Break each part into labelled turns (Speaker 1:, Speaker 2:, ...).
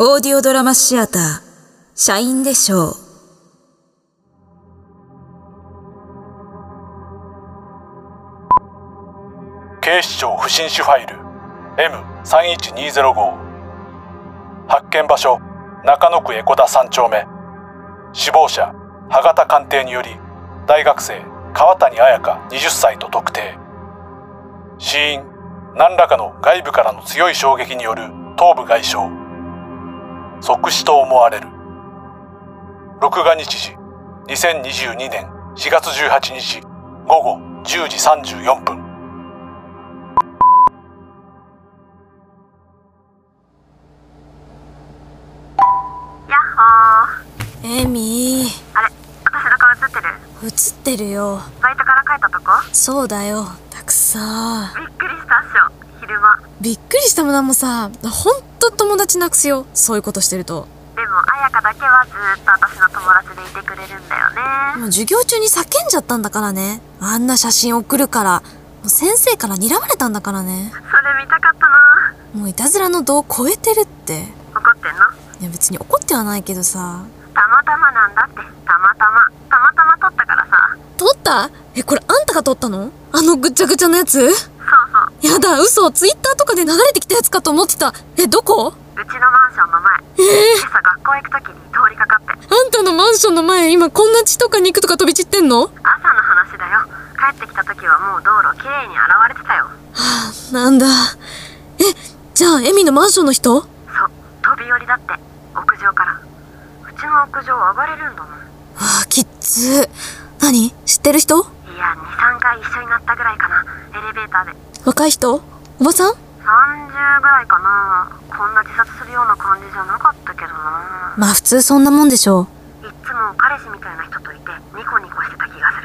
Speaker 1: オーディオドラマシアター、社員でしょう。
Speaker 2: 警視庁不審死ファイル M31205 発見場所中野区江古田3丁目死亡者歯型鑑定により大学生川谷彩香20歳と特定死因何らかの外部からの強い衝撃による頭部外傷即死と思われる録画日時2022年4月18日午後10時34分
Speaker 3: やっほー
Speaker 1: エミ
Speaker 3: あれ私の顔映ってる
Speaker 1: ー、映ってるよ。
Speaker 3: バイトから帰ったとこ
Speaker 1: そうだよ。たくさ
Speaker 3: びっくりしたっしょ昼間
Speaker 1: ん。びっくりしたもんなんもさ、ほんと友達なくすよ。そういうことしてると。
Speaker 3: でも彩香だけはずーっと私の友達でいてくれるんだよね
Speaker 1: もう授業中に叫んじゃったんだからね。あんな写真送るから。もう先生から睨まれたんだからね。
Speaker 3: それ見たかったな
Speaker 1: もういたずらの度を超えてるって。
Speaker 3: 怒ってんの
Speaker 1: いや別に怒ってはないけどさ。
Speaker 3: たまたまなんだってたまたまたまたま撮ったからさ
Speaker 1: 撮ったえ、これあんたが撮ったのあのぐちゃぐちゃのやつ
Speaker 3: そうそう
Speaker 1: やだ、嘘、ツイッターとかで流れてきたやつかと思ってた。え、どこ
Speaker 3: うちのマンションの前今朝学校行く時に通りかかって
Speaker 1: あんたのマンションの前、今こんな血とか肉とか飛び散ってんの
Speaker 3: 朝の話だよ帰ってきた時はもう道路きれいに現れてたよ
Speaker 1: なんだ。え、じゃあ、エミのマンションの人
Speaker 3: そう飛び降りだって屋上からうちの屋上上がれるんだもん
Speaker 1: ああ、きっつ。何知ってる人
Speaker 3: いや23回一緒になったぐらいかなエレベーターで
Speaker 1: 若い人おばさん
Speaker 3: 30ぐらいかなこんな自殺するような感じじゃなかったけどな
Speaker 1: まあ、普通そんなもんでしょう。
Speaker 3: いっつも彼氏みたいな人といてニコニコしてた気がす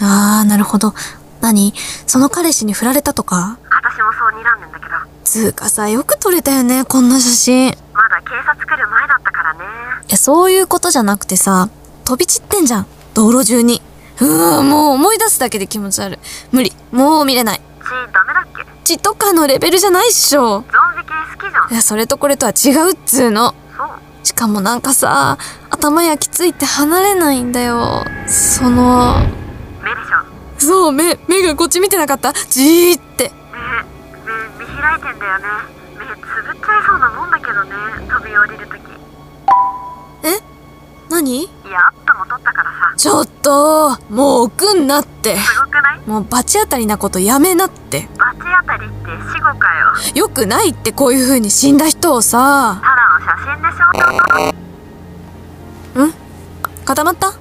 Speaker 3: る
Speaker 1: ああ、なるほど。何その彼氏に振られたとか
Speaker 3: 私もそう睨んでんだけど
Speaker 1: つうかさ、よく撮れたよね、こんな写真。
Speaker 3: まだ警察来る前だったからね
Speaker 1: え、そういうことじゃなくてさ、飛び散ってんじゃん。道路中に。うわもう思い出すだけで気持ち悪い。無理。もう見れない。
Speaker 3: 血ダメだっけ
Speaker 1: 血とかのレベルじゃないっしょ。
Speaker 3: ゾンビ系好きじゃん
Speaker 1: いや、それとこれとは違うっつうの。
Speaker 3: そう
Speaker 1: しかもなんかさ、頭焼きついて離れないんだよ。その、
Speaker 3: 目でしょ
Speaker 1: そう、目、目がこっち見てなかったじーって。
Speaker 3: ね目見開いてんだよね目つぶっちゃいそうなもんだけどね飛び降りるとき
Speaker 1: え何
Speaker 3: いやアップも撮ったからさ
Speaker 1: ちょっと、もう送んなって。
Speaker 3: すごくない
Speaker 1: もうバチ当たりなことやめなって。
Speaker 3: バチ当たりって死後かよ
Speaker 1: よくないってこういう風に死んだ人をさ。
Speaker 3: ただの写真でしょ
Speaker 1: 固まった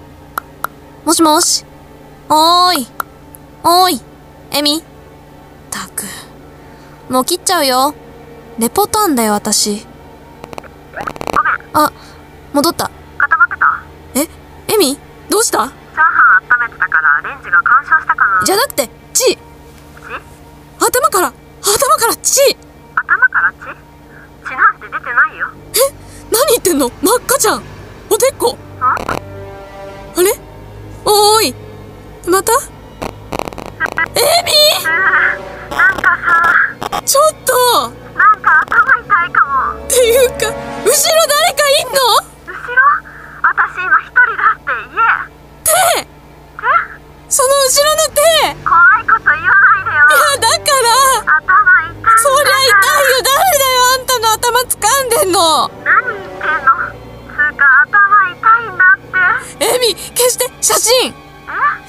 Speaker 1: もしもしおーい。おーい。エミたく。もう切っちゃうよ。レポートあんだよ、私。
Speaker 3: ごめん
Speaker 1: あ、戻った。
Speaker 3: 固まってた
Speaker 1: えエミどうした
Speaker 3: チャーハン温めてたからレンジが干渉したかな
Speaker 1: じゃなくて、血
Speaker 3: 血
Speaker 1: 頭から頭から血
Speaker 3: 頭から血血なんて出てないよ
Speaker 1: 何言ってんの真っ赤じゃんおでこ
Speaker 3: あ
Speaker 1: あれおーいまたエミ
Speaker 3: うーなんかさ
Speaker 1: ちょっとっ
Speaker 3: なんか頭痛いかも
Speaker 1: ていうか、後ろ誰かいんの
Speaker 3: 後ろ私今一人だって言え
Speaker 1: 手その後ろの手いや
Speaker 3: 怖いこと言わないでよ
Speaker 1: だから
Speaker 3: 頭痛いんだから
Speaker 1: そりゃ痛いよ誰だよあんたの頭掴んでんの
Speaker 3: 何言ってんのつうか頭痛いんだって
Speaker 1: エミ消して写真
Speaker 3: え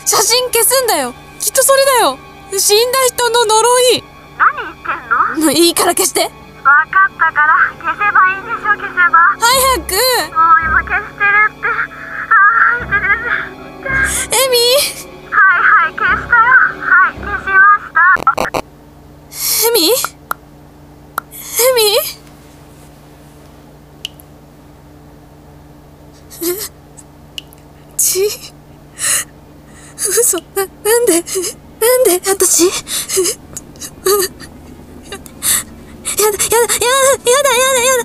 Speaker 1: 写真消すんだよきっとそれだよ死んだ人の呪い
Speaker 3: 何言ってん
Speaker 1: も
Speaker 3: の
Speaker 1: ういいから消して
Speaker 3: 分かったから消せばいいんでしょ消 せば
Speaker 1: 早く
Speaker 3: もう今消してるってあー痛い痛い痛い
Speaker 1: エミ
Speaker 3: はいはい消したよはい消しました
Speaker 1: エミエミえち嘘な、なんでなんで私やだ、やだ、やだ、やだ、やだ、やだ、やだ、やだ、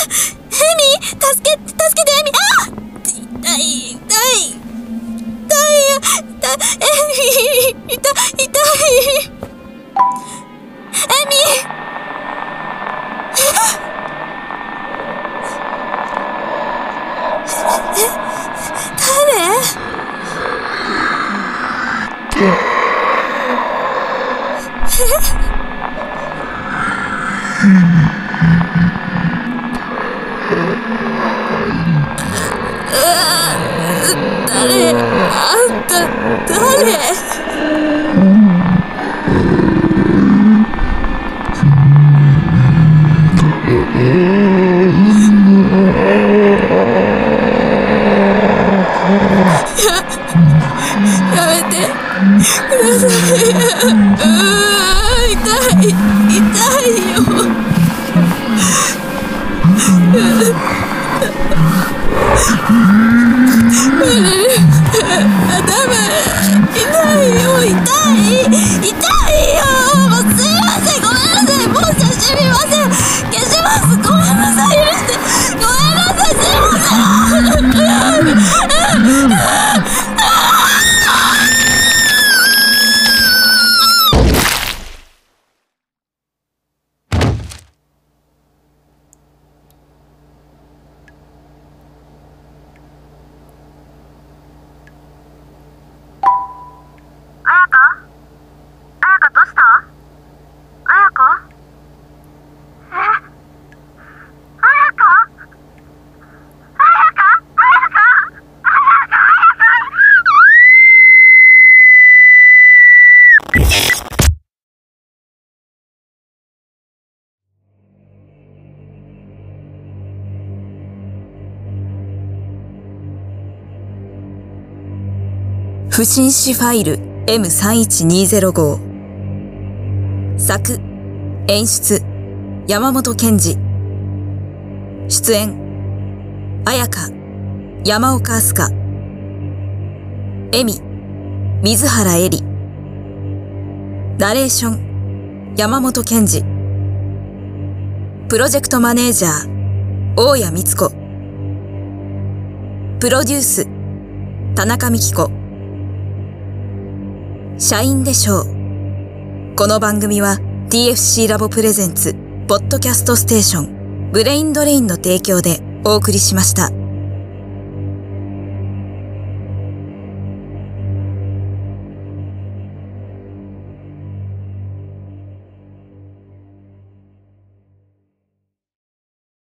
Speaker 1: エミ助け、助けてエミあ痛い、痛い痛いよ痛い痛い痛い痛いエミ誰やめてくださいうー痛い痛いよ頭痛いよ痛い痛いよもうすいませんごめんなさいもう写真見ません消しますごめんなさい許してごめんなさいすいません
Speaker 3: あやかあやかどうしたあやかえあやかあやかあやかあやかあやか
Speaker 4: 不審死ファイル M31205 作演出山本健二出演綾香山岡飛鳥恵美水原恵里ナレーション山本健二プロジェクトマネージャー大谷光子プロデュース田中美希子社員でしょう。この番組は TFC ラボプレゼンツ、ポッドキャストステーション、ブレインドレインの提供でお送りしました。